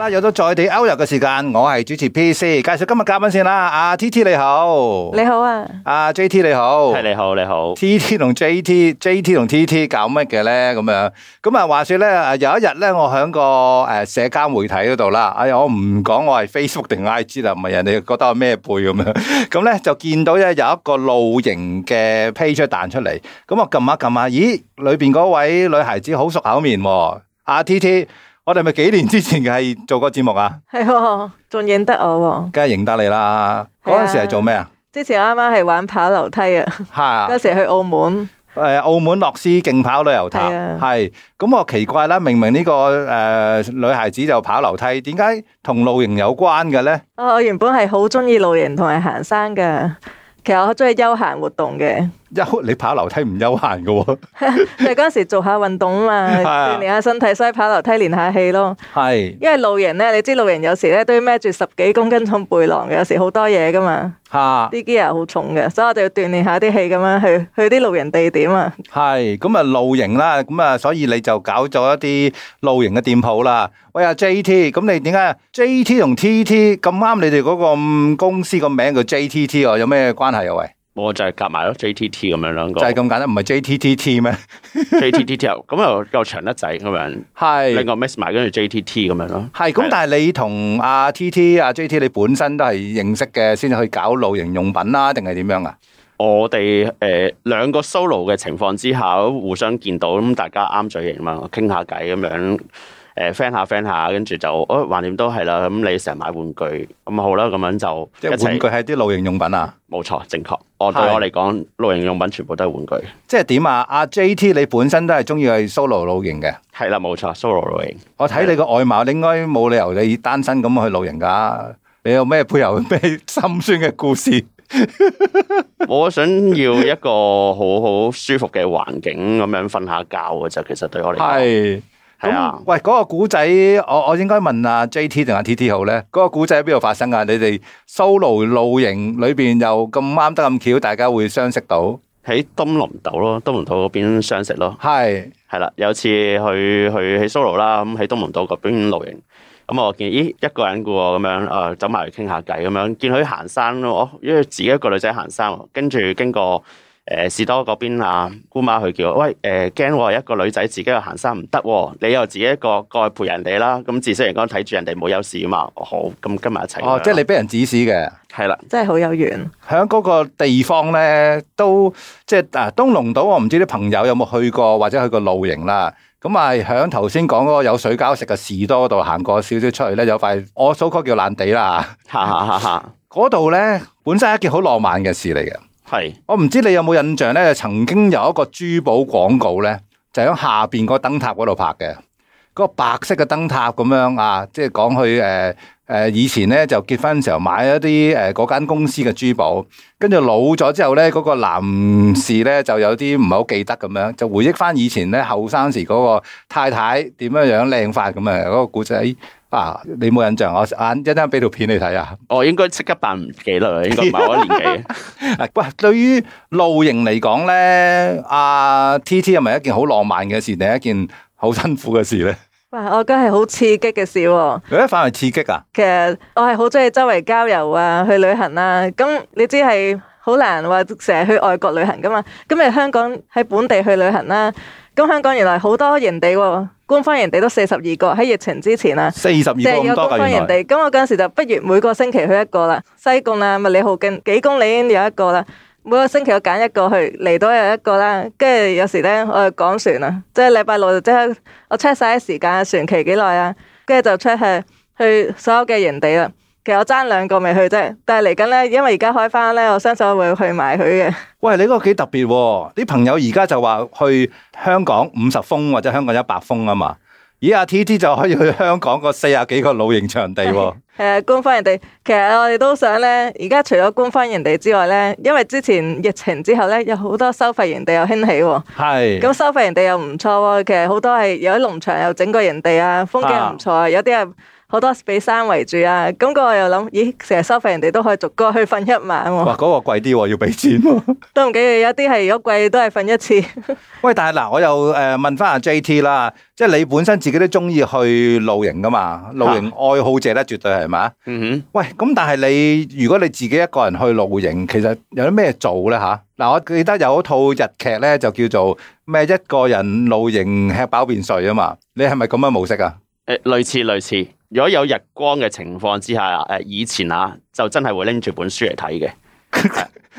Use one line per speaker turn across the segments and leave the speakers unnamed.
啦，有咗在地 Out 遊嘅時間，我係主持 P C，介紹今日嘉賓先啦。阿 T T 你好，
你好啊，
阿 J T 你好，
係你好，你好，
T T 同 J T、J T 同 T T 搞乜嘅咧？咁樣咁啊，話説咧，啊有一日咧，我喺個誒社交媒體嗰度啦，哎呀，我唔講我係 Facebook 定 IG 啦，唔係人哋覺得我咩背咁樣。 咁咧就見到咧有一個露營嘅 page 彈出嚟，咁我撳下撳下，咦，裏邊嗰位女孩子好熟口面喎，阿 T T，我哋咪幾年之前係做過節目啊？
係喎，仲認得我喎。
梗係認得你啦，嗰陣時係做咩啊？
之前啱啱係玩跑樓梯啊，
嚇！
嗰時去澳門，
誒澳門樂施競跑旅遊塔
係啊
係，咁我奇怪啦，明明呢、個誒、呃女孩子就跑樓梯，點解同露營有關嘅 咧？
啊我原本係好中意露營同埋行山噶。其實我中意休閒活動嘅，
休你跑樓梯唔休閒嘅喎，
就係嗰陣時做下運動啊
係
嘛，
啊
鍛鍊下身體，所以跑樓梯練下氣咯。
係
因為露營咧，你知露營有時咧都要孭住十幾公斤重背囊嘅，有時好多嘢噶嘛，
嚇
啲 gear 好重嘅，所以我就要鍛鍊下啲氣咁樣去去啲露營地點啊。
係，咁啊露營啦，咁啊所以你就搞咗一啲露營嘅店鋪啦。喂啊 JT，咁你點解 JT 同 TT 咁啱你哋嗰個嗯公司個名叫 JTT 喎？有咩關係啊？喂，
我就係夾埋咯，JTT 咁樣兩個
就係咁簡單，唔係 JTTT 咩？
，JTT 又咁又又長得滯 咁樣，
係
兩個 mix 埋跟住 JTT 咁樣咯。
係，咁
係
但係你同阿 T T、阿 J T，你本身都係認識嘅，先去搞露營用品啦，定係點樣啊？
我哋誒兩個 solo 嘅情況之下，互相見到咁大家啱嘴型嘛，傾下偈咁樣。誒 friend 下 friend 下，跟住就哦，橫掂都係啦。咁你成日買玩具，咁好啦，咁樣就
即
一
係玩具
齊
係啲露營用品啊？
冇錯，正確。我對我嚟講，露營用品全部都係玩具，
即係點啊？阿 J T，你本身都係中意去 solo 露營嘅。
係啦，冇錯，solo 露營。
我睇你個外貌，你應該冇理由你單身咁去露營㗎。你有咩配合 咩心酸嘅故事？
我想要一個好好舒服嘅環境咁樣瞓下覺嘅就其實對我嚟講
係
係啊
咁，，喂，嗰、個古仔，我我應該問阿 J T 定阿 T T 好咧？嗰、個古仔喺邊度發生㗎？啊你哋 solo 露營裏邊又咁啱得咁巧，大家會相識到，
喺東林島咯，東林島嗰邊相識咯，
係。
係啦。有次去去去 solo 啦，咁喺東林島嗰邊露營，咁我見咦一個人嘅喎，咁樣誒走埋去傾下偈咁樣，見佢行山咯，我因為自己一個女仔行山喎，跟住經過。誒士多嗰邊啊，姑媽佢叫我，喂誒驚喎，一個女仔自己去行山唔得喎，你又自己一個過去陪人哋啦，咁至少嚟講睇住人哋冇有事啊嘛，我好咁跟埋一齊咁樣咯。
哦，即係你俾人指使嘅，
係啦。
真係好有緣。
喺嗰個地方咧，都即係啊東龍島，我唔知啲朋友有冇去過或者去過露營啦。咁啊，喺頭先講嗰個有水餃食嘅士多度行過少少出去咧，有塊我所講叫爛地啦。
哈哈哈！哈，
嗰度咧本身係一件好浪漫嘅事嚟嘅。
係
我唔知你有冇印象咧，曾經有一個珠寶廣告咧，就喺下邊個燈塔嗰度拍嘅，嗰個白色嘅燈塔咁樣啊，即係講佢誒誒以前咧就結婚嘅時候買一啲誒嗰間公司嘅珠寶，跟住老咗之後咧，嗰、個男士咧就有啲唔係好記得咁樣，就回憶翻以前咧後生時嗰個太太點樣樣靚法咁啊，嗰、個古仔啊，你冇印象，我眼一陣間俾條片你睇啊。
我哦應該即刻扮唔記得啦，應該唔係我年 紀。
嗱，喂，對於露營嚟講咧，阿 T T 係咪一件好浪漫嘅事，定係一件好辛苦嘅事咧？
哇！我覺得係好刺激嘅事喎、
有一反而刺激啊！
其實我係好中意周圍郊遊啊，去旅行啊。咁你知係好難話成日去外國旅行噶嘛？咁你香港喺本地去旅行啦、咁香港原來好多營地喎、官方營地都四十二個喺疫情之前啊。
四十二個
係
咁
有
多㗎，
官方
原
營地
來，
咁我嗰陣時就不如每個星期去一個啦，西貢啊、麥理浩徑幾公里已經有一個啦，每個星期我揀一個去，嚟到有一個啦，跟住有時咧我哋趕船啊，即係禮拜六就即刻我 check 晒啲時間、船期幾耐啊，跟住就 check 去去所有嘅營地啦。其實我爭兩個未去啫，但係嚟緊咧，因為而家開翻咧，我相信我會去埋佢嘅。
喂，你嗰個幾特別喎！啲朋友而家就話去香港五十峰或者香港一百峰啊嘛，咦？阿 T T 就可以去香港個四十幾個露營場地 喎，
係啊，官方人哋其實我哋都想咧，而家除咗官方人哋之外咧，因為之前疫情之後咧，有好多收費營地又興起喎。
係
咁收費人哋又唔錯喎，其實好多係有啲農場又整個營地啊，風景又唔錯啊，有啲係好多俾山圍住啊。咁、個我又諗，咦，成日收費人哋都可以逐個去瞓一晚喎、
哇，嗰個貴啲喎，要俾錢喎。
都唔緊要，有啲係如果貴都係瞓一次。
喂，但係嗱，我又诶问翻阿 J T 啦，即係你本身自己都中意去露營噶嘛，露營愛好者咧，絕對係啊嘛。
嗯
喂，咁但係你如果你自己一個人去露營，其實有啲咩做咧吓？嗱，我記得有一套日劇咧，就叫做咩一個人露營吃飽便睡啊嘛。你係咪咁嘅模式啊？
哼，誒類似類似。如果有日光嘅情況之下，誒、以前啊，就真係會拎住本書嚟睇嘅。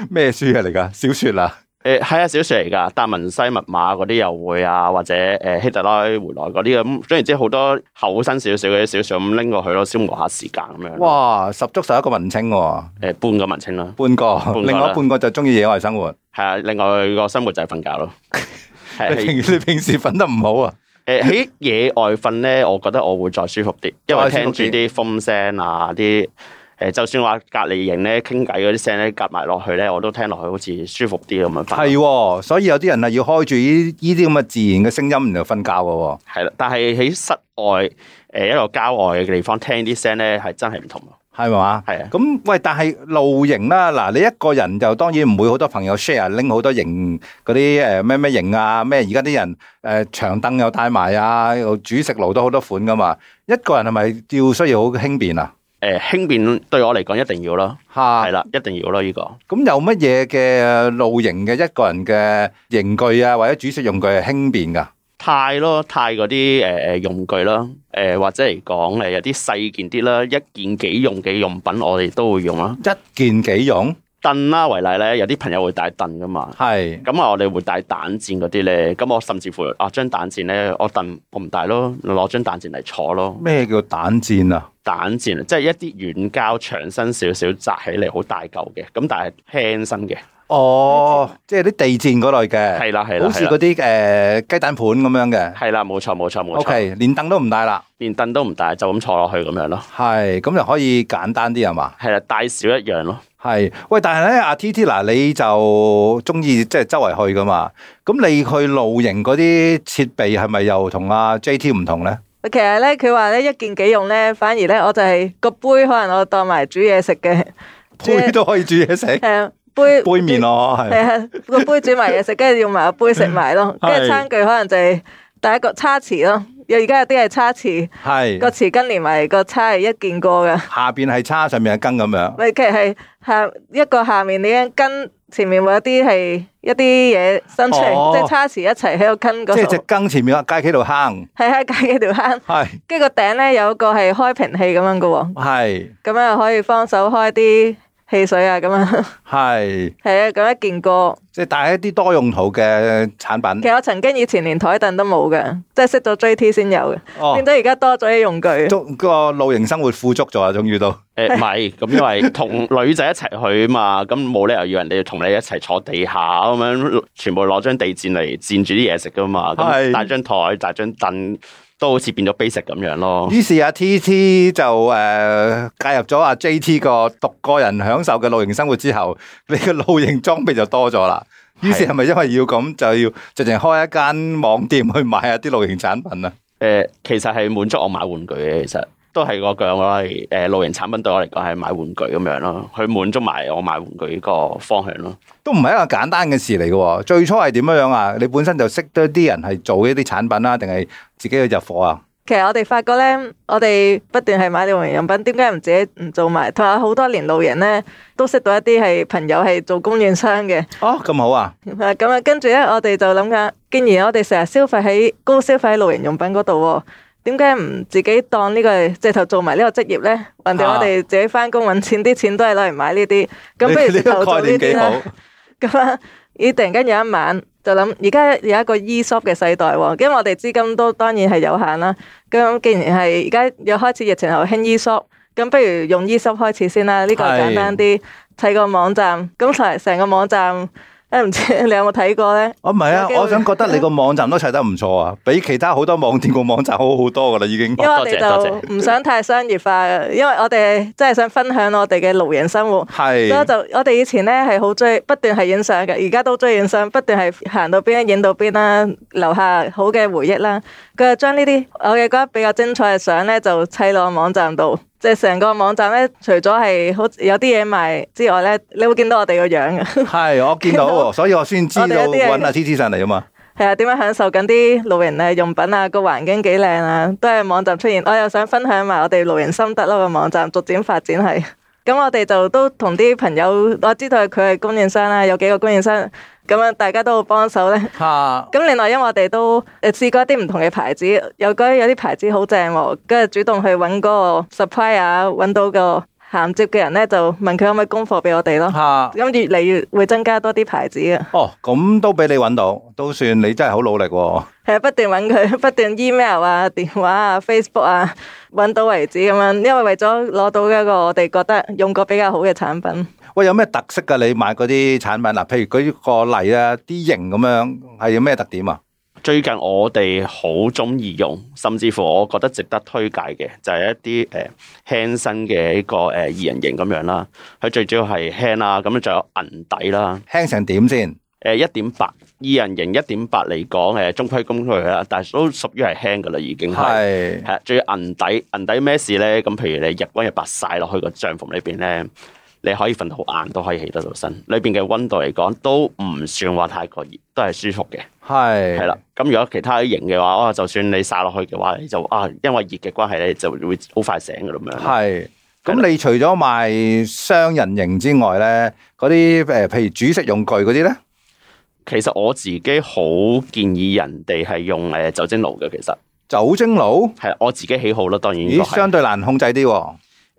咩書啊嚟㗎？小说啊？
誒係啊，小説嚟㗎，達文西密碼嗰啲又會啊，或者誒、希特拉回來嗰啲咁，總言之好多厚身少少嘅小説咁拎過去咯，消磨下時間咁樣。！
哇，十足十一個文青喎，
誒、半個文青咯，
半個，
個啦
另外一半個就中意野外生活。
係啊，另外個生活就係瞓覺咯。
你
係
平你平時瞓得唔好啊？
誒喺野外瞓咧，我覺得我會再舒服啲，因為
再舒
聽
服
住
啲
啲風聲啊，啲誒、就算話隔離型咧傾偈嗰啲聲咧夾埋落去咧，我都聽落去好似舒服啲咁樣瞓。
係喎，所以有啲人係啊要開住呢呢啲咁嘅自然嘅聲音，然後瞓覺嘅喎。
係啦，但係喺室外誒、一個郊外嘅地方聽啲聲咧係真係唔同咯。
係咪嘛？
係啊，
咁喂，但係露營啦，嗱，你一個人就當然唔會好多朋友 share 拎好多營嗰啲誒咩咩營啊，咩而家啲人誒、呃、長凳又帶埋啊，又煮食爐都好多款噶嘛。一個人係咪要需要好輕便啊？
誒輕便對我嚟講一定要咯，
嚇
係，啦，一定要咯呢個。
咁有乜嘢嘅露營嘅一個人嘅營具啊，或者煮食用具係輕便噶？
泰咯，泰嗰啲誒誒用具啦，誒、或者嚟講誒有啲細件啲啦，一件幾用嘅用品我哋都會用啦。
一件幾用？
凳啦為例咧，有啲朋友會帶凳噶嘛，
係
咁啊我哋會帶蛋墊嗰啲咧，咁我甚至乎啊張蛋墊咧，我凳我唔帶咯，攞張蛋墊嚟坐咯。
咩叫蛋戰啊？
蛋墊即係一啲軟膠長身少少扎起嚟好大嚿嘅，咁但係輕身嘅，
哦，即係啲地戰嗰類嘅，
係啦係啦
好似
係
嗰
啦，
啲誒雞蛋盤咁樣嘅。
係啦冇錯冇錯冇
O
錯
K，連凳都唔帶啦，
連凳都唔帶，就咁坐落去咁樣咯。
係咁就可以簡單啲係嘛？
係啦，大小一樣咯。
係喂，但係咧，阿 T T 嗱，你就中意即係周圍去噶嘛？咁你去露營嗰啲設備係咪又同阿 J T 唔同咧？
其實咧，佢話咧一件幾用咧，反而咧我就係個杯，可能我當埋煮嘢食嘅，
杯都可以煮嘢食，
係啊杯
杯面咯，係
係啊，個杯煮埋嘢食，跟住用 埋個杯食埋咯。
係
跟住餐具可能就係第一個叉匙咯。又而家有啲係叉匙，個
係
匙羹連埋個叉係一件過嘅。
下邊係叉，上面係羹咁樣。
咪其實係下一個下面呢羹，前面會有啲係一啲嘢伸出嚟，
哦
即係叉匙一齊喺個羹
即
嗰
係隻
度。
羹前面有個街企度坑，
係喺隔幾條坑，
係
跟住個頂咧有個係開瓶器咁樣嘅喎，
係
咁樣又可以幫手開啲汽水啊咁 樣。
係，
係啊，咁一件過。
即係帶一啲多用途嘅產品。
其實我曾經以前連台凳都冇嘅，即係識咗 JT 先有嘅。
哦
變，咗而家多咗啲用具。
足個露營生活富足咗啊，終於到。
誒、唔係，咁因為同女仔一齊去嘛，咁冇理由要人哋同你一齊坐地下咁樣，全部攞張地墊嚟墊住啲嘢食噶嘛，
係
咁帶張台、帶張凳，都好似變咗 basic 咁樣
哦
咯。
於是阿 T T 就誒、呃介入咗阿 J T 個獨個人享受嘅露營生活之後， 你嘅露營裝備就多咗啦。於是係咪因為要咁就要直情開一間網店去買下啲露營產品啊？
誒、其實係滿足我買玩具嘅，其實都係嗰句我係誒露營產品對我嚟講係買玩具咁樣咯，去滿足埋我買玩具個方向咯。
都唔係一個簡單嘅事嚟嘅喎。最初係點樣樣啊？你本身就識得啲人係做一啲產品啦，定係自己去入貨啊？
其實我哋發覺咧，我哋不斷係買露營用品，點解唔自己唔做埋？同埋好多年露營咧，都識到一啲係朋友係做供應商嘅。
哦，咁好啊！
啊咁啊，跟住咧，我哋就諗緊，既然我哋成日消費喺高消費喺露營用品嗰度喎。點解唔自己當呢、個係直頭做埋呢個職業咧？人哋
啊
我哋自己翻工揾錢，啲錢都係攞嚟買呢啲，咁不
你呢
如直頭
個
做
概
呢
念幾
啲
好
啦。。咁啊，咦！突然間有一晚就諗，而家有一個 e-shop 嘅世代喎，因為我哋資金都當然係有限啦。咁既然係而家又開始疫情後興 e-shop，咁不如 E 用 e-shop 開始先啦。呢、個
係
簡單啲，睇個網站，咁成成個網站。誒唔知 你有冇睇過咧？
我唔係啊
有，機會
我想覺得你個網站都砌得唔錯啊，比其他好多網店個網站好好多噶啦，已經。
因為我哋
哦多謝多
就唔想太商業化嘅，因為我哋真係想分享我哋嘅露營生活。所以
係
我就我哋以前咧係好追，不斷係影相嘅，而家都追影相，不斷係行到邊影到邊啦，留下好嘅回憶啦。佢就將呢啲我嘅覺得比較精彩嘅相咧，就砌落網站度。即係成個網站咧，除咗係好有啲嘢賣之外咧，你會見到我哋個樣嘅。
係，我見到
見
喎，
到
所以我先知道
我哋有啲嘢
揾阿 T T 上嚟啊嘛。
係啊，點樣享受緊啲露營嘅用品啊？個環境幾靚啊，都係網站出現。我又想分享埋我哋露營心得咯，個網站逐漸發展係。咁我哋就都同啲朋友，我知道佢係供應商啦，有幾個供應商，咁樣大家都好幫手咧。
嚇！
咁另外，因為我哋都誒試過一啲唔同嘅牌子，有嗰有啲牌子好正喎，跟住主動去揾嗰個 supplier，揾到個銜接嘅人咧，就問佢可唔可以供貨俾我哋咯。
嚇！
咁越嚟越會增加多啲牌子嘅。
哦，咁都俾你揾到，都算你真係好努力喎。
係啊不斷揾佢， 不斷 email 啊、電話啊、Facebook 啊，揾到為止咁樣。因為為咗攞到一個我哋覺得用過比較好嘅產品，
喂，有咩特色㗎？你買嗰啲產品嗱，譬如舉個例啊，啲型咁樣係有咩特點啊？
最近我哋好中意用，甚至乎我覺得值得推介嘅就係、一啲誒輕身嘅一個誒二人型咁樣啦。佢最主要係輕啦，咁仲有銀底啦，
輕成點先？
誒一點八二人型一點八嚟講誒中規中矩啦，但係都屬於係輕噶啦，已經係。
係
係啊，仲要銀底，銀底咩事咧？咁譬如你日光日白晒落去個帳篷裏邊咧，你可以瞓到好晏都可以起得到身，裏邊嘅温度嚟講都唔算話太過熱，都係舒服嘅。
係
係啦，咁如果其他型嘅話，哇，就算你曬落去嘅話，你就啊，因為熱嘅關係咧，就會好快醒嘅咁樣。
係。
係
咁
啦
你除咗賣雙人型之外咧，嗰啲誒譬如煮食用具嗰啲咧，
其實我自己好建議人哋係用誒酒精爐嘅，其實
酒精爐，
係我自己喜好啦，當然應該
咦，
係
相對難控制啲喎。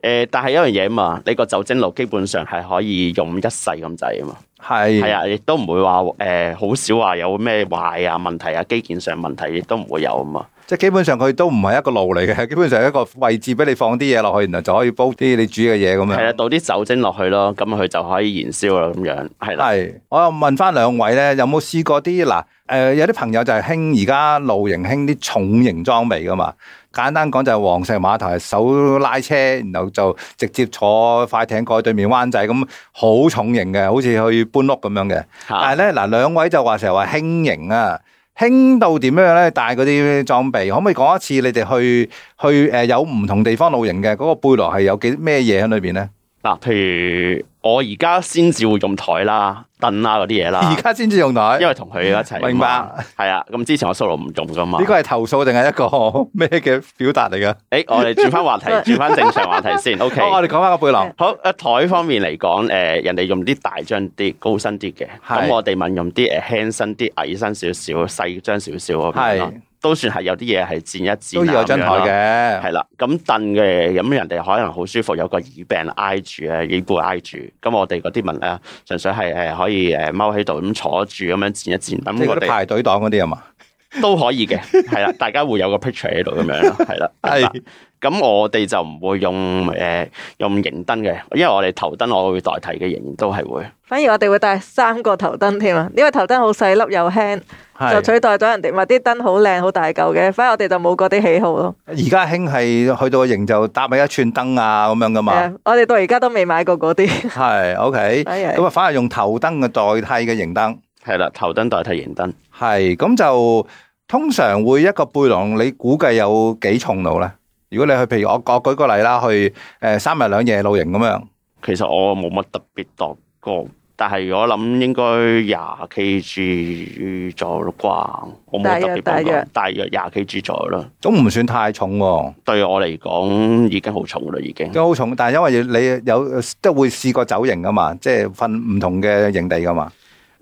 誒，但係一樣嘢啊嘛，你個酒精爐基本上係可以用一世咁滯啊嘛。
係
係啊，亦都唔會話誒，好、少話有咩壞啊問題啊，基建上問題亦都唔會有啊嘛。
即係基本上佢都唔係一個爐嚟嘅，基 本上係一個位置俾你放啲嘢落去，然後就可以煲啲你煮嘅嘢咁
係啊，
樣。
倒啲酒精落去咯，咁佢就可以燃燒啦，咁樣係啦。
係，我又問翻兩位咧，有冇試過啲嗱？誒、有啲朋友就係興而家露營興啲重型裝備噶嘛。簡單講就係黃石碼頭係手拉車，然後就直接坐快艇過去對面灣仔咁，好重型嘅，好似去搬屋咁樣嘅。但係
嚇
咧嗱，兩位就話成日話輕型啊，輕到點樣咧？帶嗰啲裝備，可唔可以講一次你哋去去誒、呃有唔同地方露營嘅嗰個背囊係有幾咩嘢喺裏邊咧？
嗱，譬如我而家先至會用台啦、凳啦嗰啲嘢啦
而，家先至用台，
因為同佢一齊啊嘛。
明白
係啊，咁之前我 solo 唔用噶嘛
呢。個係投訴定係一個 咩嘅表達嚟㗎？
誒，我哋轉 翻話題，轉翻正常話題先。OK。
好我哋講翻個背囊，
好，誒台方面嚟講，誒、人哋用啲大張啲、高身啲嘅，
係
咁我哋咪用啲誒輕身啲、矮身少少、細張少少咁樣咯
係，
都算係有啲嘢係佔一佔
都要有張
張
台
嘅，
嘅，
係啦。咁凳嘅咁人哋可能好舒服，有個椅柄挨住啊，椅背挨住。咁我哋嗰啲咪啊，純粹係誒可以誒踎喺度咁坐住咁樣佔一佔。
即
咁
係嗰
我
啲
哋
排隊黨嗰啲啊嘛，
都可以嘅，係啦，大家會有個 picture 喺度咁樣咯，係啦，明白
係
咁我哋就唔會用誒、呃用型燈嘅，因為我哋頭燈我會代替嘅，仍然都係會
反而我哋會帶三個頭燈添啊，因為頭燈好細粒又輕，就
係。
取代咗人哋話啲燈好靚好大嚿嘅，反而我哋就冇嗰啲喜好咯。
而家興係去到個營就搭起一串燈啊咁樣㗎
係
嘛
啊，我哋到而家都未買過嗰啲。
係 OK，
反而係
咁啊反而用頭燈嘅代替嘅營燈。
係啦，頭燈代替型燈。
係，咁就通常會一個背囊，你估計有幾重到咧？如果你去，譬如我我舉個例啦，去誒、呃三日兩夜露營咁樣，
其實我冇乜特別度過，但係我諗應該廿 kg 左右啩，我冇特別
大約大
度過
約，
大約廿 kg 左右啦。
咁唔算太重喎，
對我嚟講已經好重啦，已經
都好重。但係因為你有都會試過走營噶嘛，即係瞓唔同嘅營地噶嘛。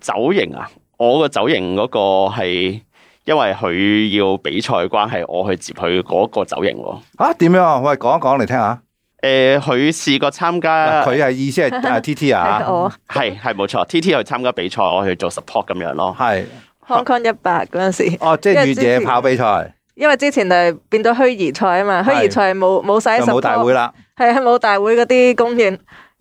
走型啊！我個走型嗰個係因為佢要比賽關係，我去接佢嗰個走型喎。
啊，點樣啊？喂，講一講嚟聽下。
誒、佢試過參加
嗱佢係意思係啊 T T 啊，
係 我
係係冇錯，T T 去參加比賽，我去做 support 咁樣咯。
係
Hong Kong 一百嗰陣時，
哦，即
因
係
為
越
之前
野跑比賽
因為之前就變咗虛擬賽啊嘛，
係
虛擬賽冇冇使
就冇
support，
大會啦。
係啊冇啊大會嗰啲公園，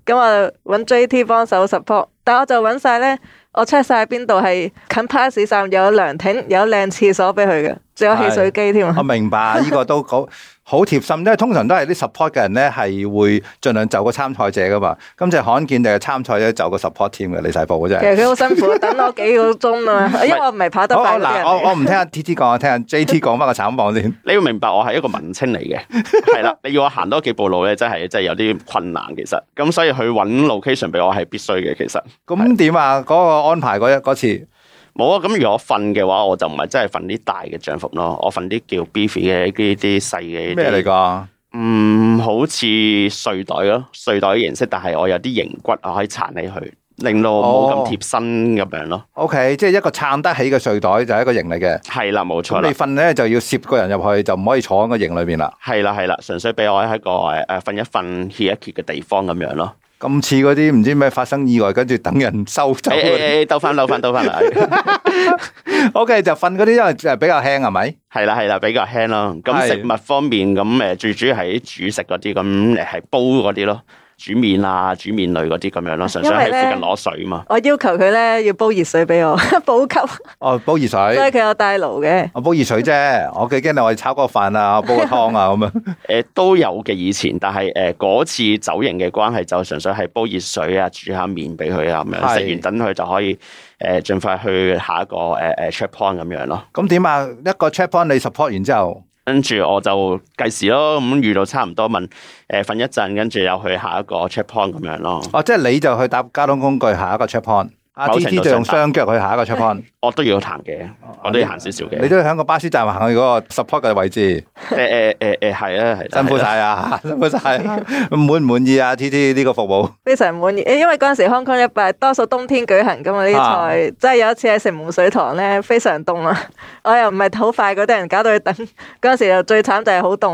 咁我就揾 JT 幫手 support，但我就揾晒咧我 check 晒邊度係近巴士站有涼亭，有靚廁所俾佢嘅，仲有汽水機添啊
我！明 白，呢個都好好貼心，因為通常都係啲 support 嘅人咧係會盡量就個參賽者噶嘛。今次罕見就係參賽者就個 support team 嘅，離晒譜嘅
其
啫。
實佢好辛苦，等我幾個 鐘啊，因為我唔係跑得
好
快
好
嗰啲
嗱，
人
我我
嚟嘅。
唔聽阿 T T 講，我聽阿 J T 講翻個慘況先。
你要明白我係一個文青嚟嘅， 係啦，你要我行多幾步路咧，真係真係有啲困難其實。咁所以去揾 location 俾我係必須嘅，其實
咁點啊？嗰個安排嗰一嗰次，
冇啊。咁如果我瞓嘅話，我就唔係真係瞓啲大嘅帳篷咯，我瞓啲叫 beefy 嘅呢啲啲細嘅
咩嚟？㗎？
嗯，好似睡袋咯，睡袋嘅形式，但係我有啲型骨，我可以撐起佢，令到我冇咁貼身咁樣咯。
O、k 即係一個撐得起嘅睡袋就係一個營嚟嘅。
係啦，冇錯
咁
啦
你。瞓咧就要攝個人入去，就唔可以坐喺個營裏面啦。
係啦係啦，純粹俾我喺一個誒誒瞓一瞓歇一歇嘅地方咁樣咯。
咁似嗰啲唔知咩發生意外，跟住等人收走
誒
嗰啲。
誒誒，兜翻兜翻兜 翻啦，哎
O、k 就瞓嗰啲，因為就比較輕係咪？
係啦係啦，比較輕咯。咁
係
食物方面咁誒，最主要係啲主食嗰啲咁誒係煲嗰啲咯，煮麵啊、煮麵類嗰啲咁樣咯，純粹
啊因為
喺
呢
附近攞水嘛。
我要求佢咧要煲熱水俾我 補給，
哦，煲熱
所以
水，
佢有帶爐嘅。
我煲熱水啫。我幾驚你我哋炒個飯啊， 我煲個湯啊咁樣。
誒、呃都有嘅以前，但係誒嗰次走形嘅關係，就純粹係煲熱水啊，煮下面俾佢啊咁樣，
係
食完等佢就可以誒、盡快去下一個誒誒、checkpoint 咁樣咯。
咁點啊？一個 check point 你 support 完之後，
跟住我就計時咯，咁遇到差唔多問誒瞓、一陣，跟住又去下一個 checkpoint 咁樣咯。
哦，即係你就去搭交通工具下一個 check point，阿
某
T
程
T
度上
就用雙腳去下一 個 check point，
我都要行嘅，我都要行少少嘅。
哦你都要喺個巴士站行去嗰個 support 嘅位置，
誒誒誒誒係啊係啦，
辛苦晒 啊，辛苦晒啊，滿唔滿意啊？T T 呢個服務？
非常滿意，因為嗰陣時 Hong Kong 一百多數冬天舉行噶嘛呢啲
啊
賽，即係有一次喺城門水塘咧，非常凍啊！ 我又唔係好快嗰啲人，搞到佢等 嗰陣時就最慘就係 好凍，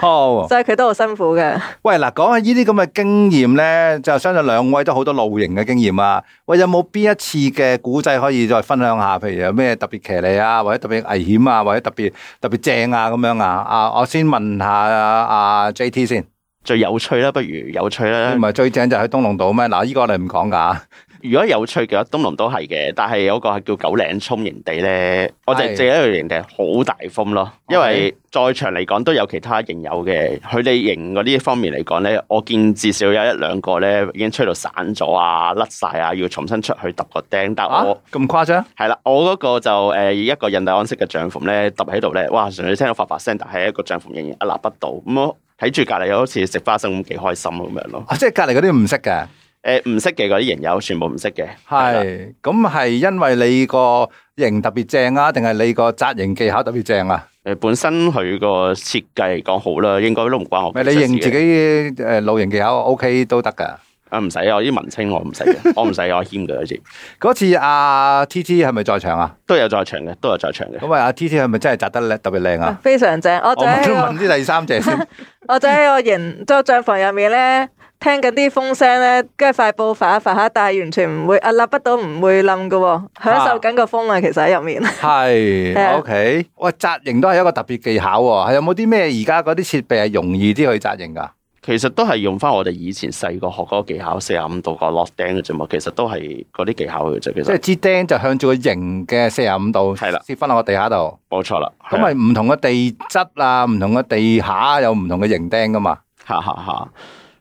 哦
好。
所以佢都好辛苦嘅。
喂，嗱，講起呢啲咁嘅經驗咧，就相信兩位都好多露營嘅經驗啊。喂，有冇邊一次嘅古仔可以再分享下？譬如有咩特別騎呢啊，或者特別危險啊，或者特別特別正啊咁樣啊？啊，我先問下阿 J T 先，
最有趣啦，不如有趣啦
唔。係最正就喺東龍島咩？嗱，呢個我哋唔講㗎。
啊如果有趣嘅話，東龍都係嘅，但係有個係叫九嶺涌營地咧，我就
係哦
借一條營地好大風咯，因為在場嚟講都有其他營友嘅，佢哋營嗰啲方面嚟講咧，我見至少有一兩個咧已經吹到散咗啊、甩晒啊，要重新出去揼個釘，但
啊
我。，
咁誇張？
係啦，我嗰個就誒、呃一個印第安式嘅帳篷咧，揼喺度咧，哇！純粹聽到發發聲，但係一個帳篷仍然屹立不倒。咁我睇住隔離又好似食花生咁幾開心咁樣咯。
啊，即係隔離嗰啲唔識嘅，
誒唔識嘅嗰啲營友全部唔識嘅，啦
係咁係因為你個型特別正啊，定係你個紮營技巧特別正啊？
誒呃本身佢個設計嚟講好啦，應該都唔關我
咪
事
你
嘅。
認自己誒露營技巧 OK 都得㗎。
啊？唔使啊，我啲文青我唔 使嘅，我唔使我謙嘅好似
嗰次阿 T T 係咪在場 啊？
都有在場嘅，都有在場嘅。
咁啊，阿 T T 係咪真係紮得靚特別靚啊？
非常正，我就
我
喺
問
個
都問啲第三者先。
我就喺我營即係帳篷入面咧，聽緊啲風聲咧，跟住塊布發下發下，但係完全唔會屹立不倒，唔會冧噶喎，享受緊個風啊！其實喺入面，係
係
啊
，OK。喂，紮營都係一個特別技巧喎。係有冇啲咩而家嗰啲設備係容易啲去紮營㗎？
其實都係用翻我哋以前細個學嗰個技巧，四十五度角落釘嘅啫嘛。其實都係嗰啲技巧嘅啫。其
即係
實
支釘就向住個營嘅四十五度，
係啦啊
跌翻落個地下度。
冇錯啦。
咁啊咪唔同嘅地質啊，唔同嘅地下有唔同嘅營釘㗎嘛。
下下下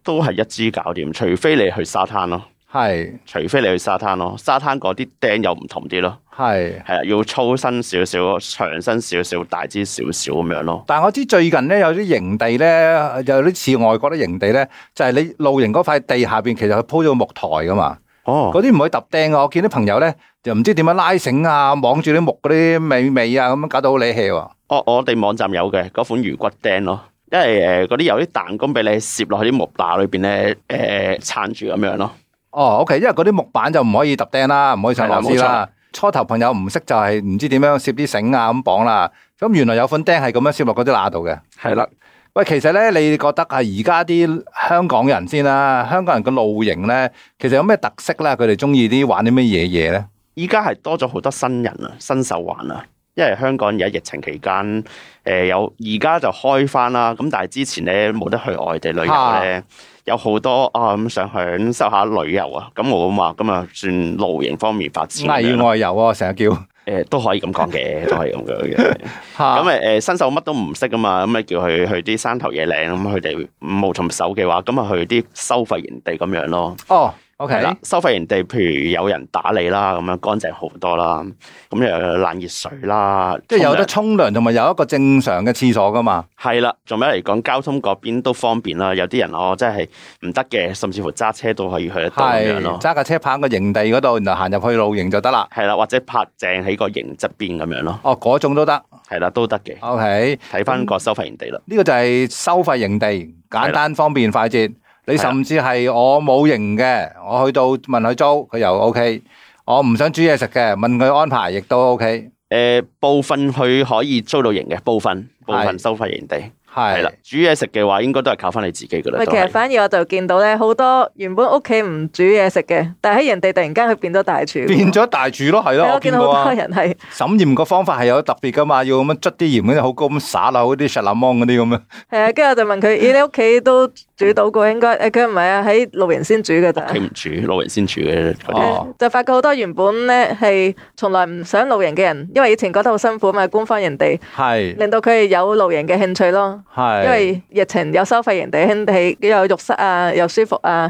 都係一支搞掂，除非你去沙灘咯，
係
除非你去沙灘咯，沙灘嗰啲釘又唔同啲咯，
係。
係啊，要粗身少少，長身少少，大支少少咁樣咯。
但我知最近咧有啲營地咧，有啲似外國啲營地咧，就係、你露營嗰塊地下邊其實佢鋪咗個木台噶嘛，
哦，
嗰啲唔可以揼釘啊！我見啲朋友咧就唔知點樣拉繩啊，綁住啲木嗰啲尾尾啊，咁樣搞到好理氣喎。
哦我我哋網站有嘅嗰款魚骨釘咯，因為誒嗰啲有啲彈弓俾你攝落去啲木罅裏邊咧，誒撐住咁樣咯。
哦，OK，因為嗰啲木板就唔可以揼釘啦，唔可以上螺絲
係
啦
啦。
初頭朋友唔識就係唔知點樣攝啲繩啊咁綁啦，咁原來有款釘係咁樣攝落嗰啲罅度嘅。
係啦，
喂，其實咧，你覺得係而家啲香港人先啦，香港人嘅露營咧，其實有咩特色咧？佢哋中意啲玩啲咩嘢嘢咧？
依家係多咗好多新人啊，新手玩啊。因為香港而家疫情期間，誒、呃有而家就開翻啦，咁但係之前咧冇得去外地旅遊咧，有好多啊咁想享受下旅遊啊，咁我咁話咁啊算露營方面發展咁
危
樣啦，
外遊啊，成日叫
誒都可以咁講嘅，都可以咁講嘅。
吓
咁誒誒新手乜都唔識啊嘛，咁咪叫佢去啲山頭野嶺，咁佢哋無從手嘅話，咁啊去啲收費營地咁樣咯。
哦，OK，
係啦，收費營地譬如有人打理啦，咁樣乾淨好多啦，咁又有冷熱水啦，
即係有
沖涼
得沖涼，同埋有一個正常嘅廁所噶嘛。
係啦，仲有嚟講交通嗰邊都方便啦。有啲人哦，真係唔得嘅，甚至乎揸車都可以去得到咁樣
係
咯。
揸架車泊喺個營地嗰度，然後行入去露營就得啦。
係啦，或者拍正喺個營側邊咁樣咯，
哦，嗰種都得。
係啦，都得嘅。
啊 OK，
睇翻個收費營地啦，
呢個就係收費營地，簡單方便快捷。你
係啦
甚至係我冇營嘅，我去到問佢租，佢又 OK。我唔想煮嘢食嘅，問佢安排亦都 OK。
誒、部分佢可以租到營嘅，部分部分
係
收費營地係
係
啦。煮嘢食嘅話，應該都係靠翻你自己噶啦。
咪
都
其實
係
反而我就見到咧，好多原本屋企唔煮嘢食嘅，但係喺人哋突然間佢變咗大廚。
變咗大廚咯，係
係
咯，
我
我見
見到
過
好多
啊。
人係
審鹽個方法係有特別噶嘛，要咁樣捽啲鹽，跟住好高咁撒落嗰啲 s h a l a m o n 嗰啲咁樣。
係啊，跟住我就問 佢：咦，你屋企都煮到過應該？誒，佢唔係啊，喺露營先煮嘅咋。
屋企唔煮，老人先煮嘅嗰啲。
哦
就發覺好多原本咧係從來唔想露營嘅人，因為以前覺得好辛苦嘛，官方營地
係
令到佢哋有露營嘅興趣咯。
嗯係。
因為疫情有收費營地興起，又有浴室啊，又舒服啊。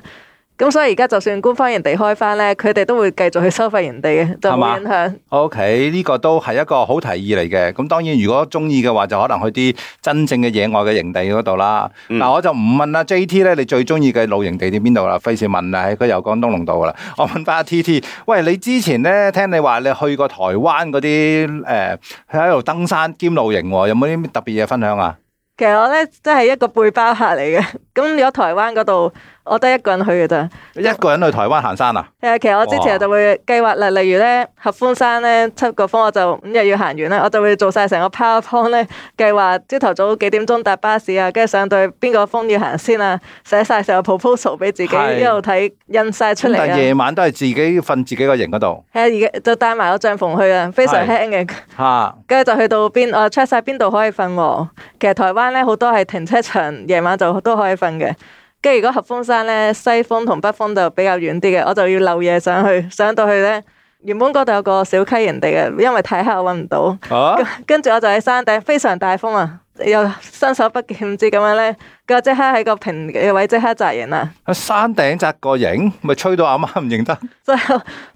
咁所以而家就算官方營地開翻咧，佢哋都會繼續去收費營地嘅，就
係嘛
冇影響。
O.K. 呢個都係一個好提議嚟嘅。咁當然，如果中意嘅話，就可能去啲真正嘅野外嘅營地嗰度啦。嗱、
嗯
我就唔問啦。J.T. 咧，你最中意嘅露營地點邊度啦？費事問啦，佢又講東龍道噶啦。 我問翻阿 T.T. 喂，你之前咧聽你話你去過台灣嗰啲誒喺度登山兼露營喎，有冇啲特別嘢分享啊？
其實我咧真係一個背包客嚟嘅，咁如果台灣嗰度，我得一個人去嘅咋。
一個人去台灣行山啊？
誒，其實我之前就會計劃啦，例如咧合歡山咧七個峰，我就五日要行完啦，我就會做晒成個 PowerPoint 咧，計劃朝頭早幾點鐘搭巴士啊，跟住上到去邊個峰要行先啊，寫晒成個 proposal 俾自己，
係
一路睇印晒出
咁
嚟
但係
啊。
夜晚都係自己瞓自己個營嗰度
係而家就帶埋個帳篷去啊，非常
係
輕嘅。
嚇。
跟住就去到邊，我 check 晒邊度可以瞓喎。其實台灣咧好多係停車場，夜晚就都可以瞓嘅。跟住如果合歡山咧，西風同北風就比較遠啲嘅，我就要漏夜上去，上到去咧原本嗰度有個小溪營地嘅，因為太黑我揾唔到。
啊
跟住我就喺山頂，非常大風啊，又伸手不見指咁樣咧，跟住即刻喺個平嘅位即刻扎營啊啦。
喺山頂扎個營，咪吹到阿媽唔認得。
所以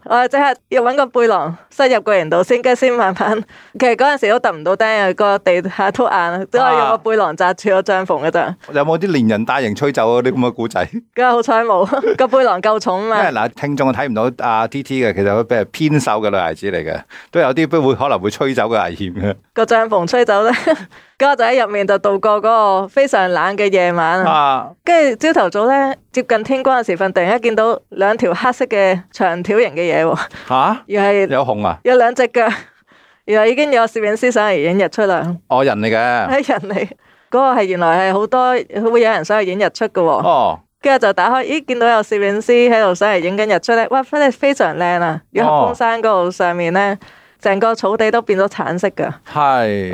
我即刻要揾個背囊塞入個營度先，跟住先慢慢。其實嗰陣時都揼唔到釘啊，個地下凸硬，只可以用個背囊扎住個帳篷嘅咋。
有冇啲連人帶營吹走嗰啲咁嘅古仔？
咁啊好彩冇，個背囊夠重
因為
啊嘛。
嗱，聽眾睇唔到阿 T T 嘅，其實佢係偏瘦嘅女孩子嚟嘅，都有啲不會可能會吹走嘅危險嘅。
個帳篷吹走咧，咁我就喺入面就度過嗰個非常冷嘅夜晚啊。
啊，
跟住朝頭早咧，接近天光嘅時分，突然間見到兩條黑色嘅長條形嘅嘢喎，
吓
而係
有熊啊？
有兩隻腳，然後已經有攝影師上嚟影日出啦。
哦，人嚟嘅。
喺哎人嚟。嗰個係原來係好多會有人想去影日出嘅喎，
哦，
跟住就打開，咦見到有攝影師喺度想嚟影緊日出咧，哇真係非常靚啊！如果合
哦
峰山嗰度上面咧，成個草地都變咗橙色㗎。哎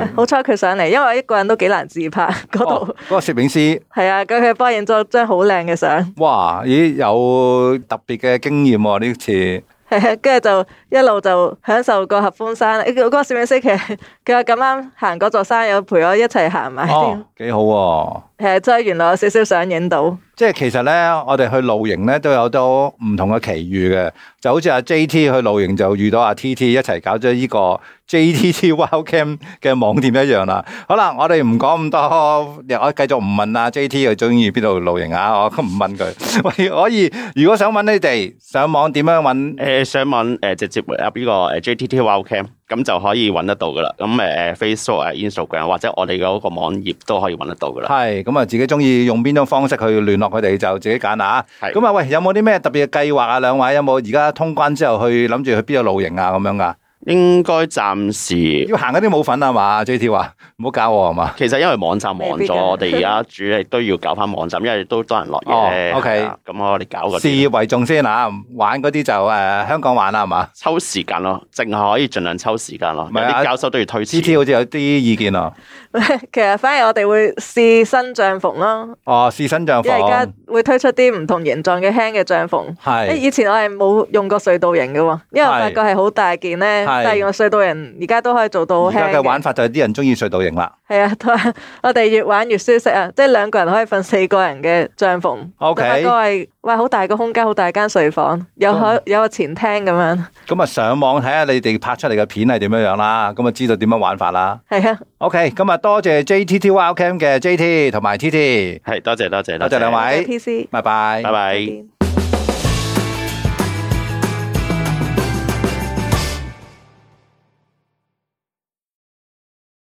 係。
好彩佢上嚟，因為我一個人都幾難自拍
嗯哦
嗰度，
嗰個攝影師，
係啊，咁佢幫我影咗張好靚嘅相，
哇！咦，有特別嘅經驗喎呢次。
係啊跟住就一路就享受個合歡山。誒嗰個攝影師其實佢又咁啱行嗰座山，有陪我一齊行埋添
哦，，幾好喎。
係啊真係原來有少少想影到。
即係其實咧，我哋去露營咧都有好多唔同嘅奇遇嘅，就好似阿 JT 去露營就遇到阿 TT 一齊搞咗呢個 JTT Wildcam 嘅網店一樣啦。好啦，我哋唔講咁多，我繼續唔問阿 JT 佢中意邊度露營啊， 我唔問佢。喂，可以，如果想揾你哋上網點樣揾？
誒上網誒呃直接入呢個呃誒 JTT Wildcam，咁就可以揾得到噶啦。咁誒誒 Facebook 啊、Instagram 或者我哋嗰個網頁都可以揾得到噶啦。
係咁啊，自己中意用邊種方式去聯絡佢哋就自己揀啦嚇。
係
咁啊，喂，有冇啲咩特別嘅計劃啊？兩位有冇而家通關之後去諗住去邊度露營啊？咁樣噶？
應該暫時
要行嗰啲冇份啊嘛，J T 話唔好搞我係啊嘛？
其實因為網站忙
未必
咗，
嘅
我哋而家主力都要搞翻網站，因為都多人落嘢
哦
咧。
OK
係啊咁我哋搞嗰
事
啲
業為重先啊，玩嗰啲就诶、呃香港玩啦係嘛
抽時間咯，淨係可以盡量抽時間咯。
唔
有
係啊
啲交收都要推
？G T
遲。
好似有啲意見啊，
其實反而我哋會試新帳篷咯，
哦，試新帳
因為而
房
家哎會推出啲唔同形狀嘅輕嘅帳篷。
係
以前我係冇用過隧道型嘅喎，因為我發
係
覺係好大件咧，
係
但係用隧道型而家都可以做到好
而家
輕
嘅玩
嘅。
法就係啲人中意隧道型啦。
係啊，都係 我哋越玩越舒適啊！即係兩個人可以瞓四個人嘅帳篷。
OK
發覺係哇，好大個空間，好大間睡房，有可有個前廳咁樣。
咁啊，上網睇下你哋拍出嚟嘅片係點樣樣啦，咁啊知道點樣玩法啦。
係啊，
OK，咁啊多謝 JTT Wildcam 嘅 JT 同埋 TT，
係多謝多謝
多謝兩位
有 PC。
拜拜
拜拜。
見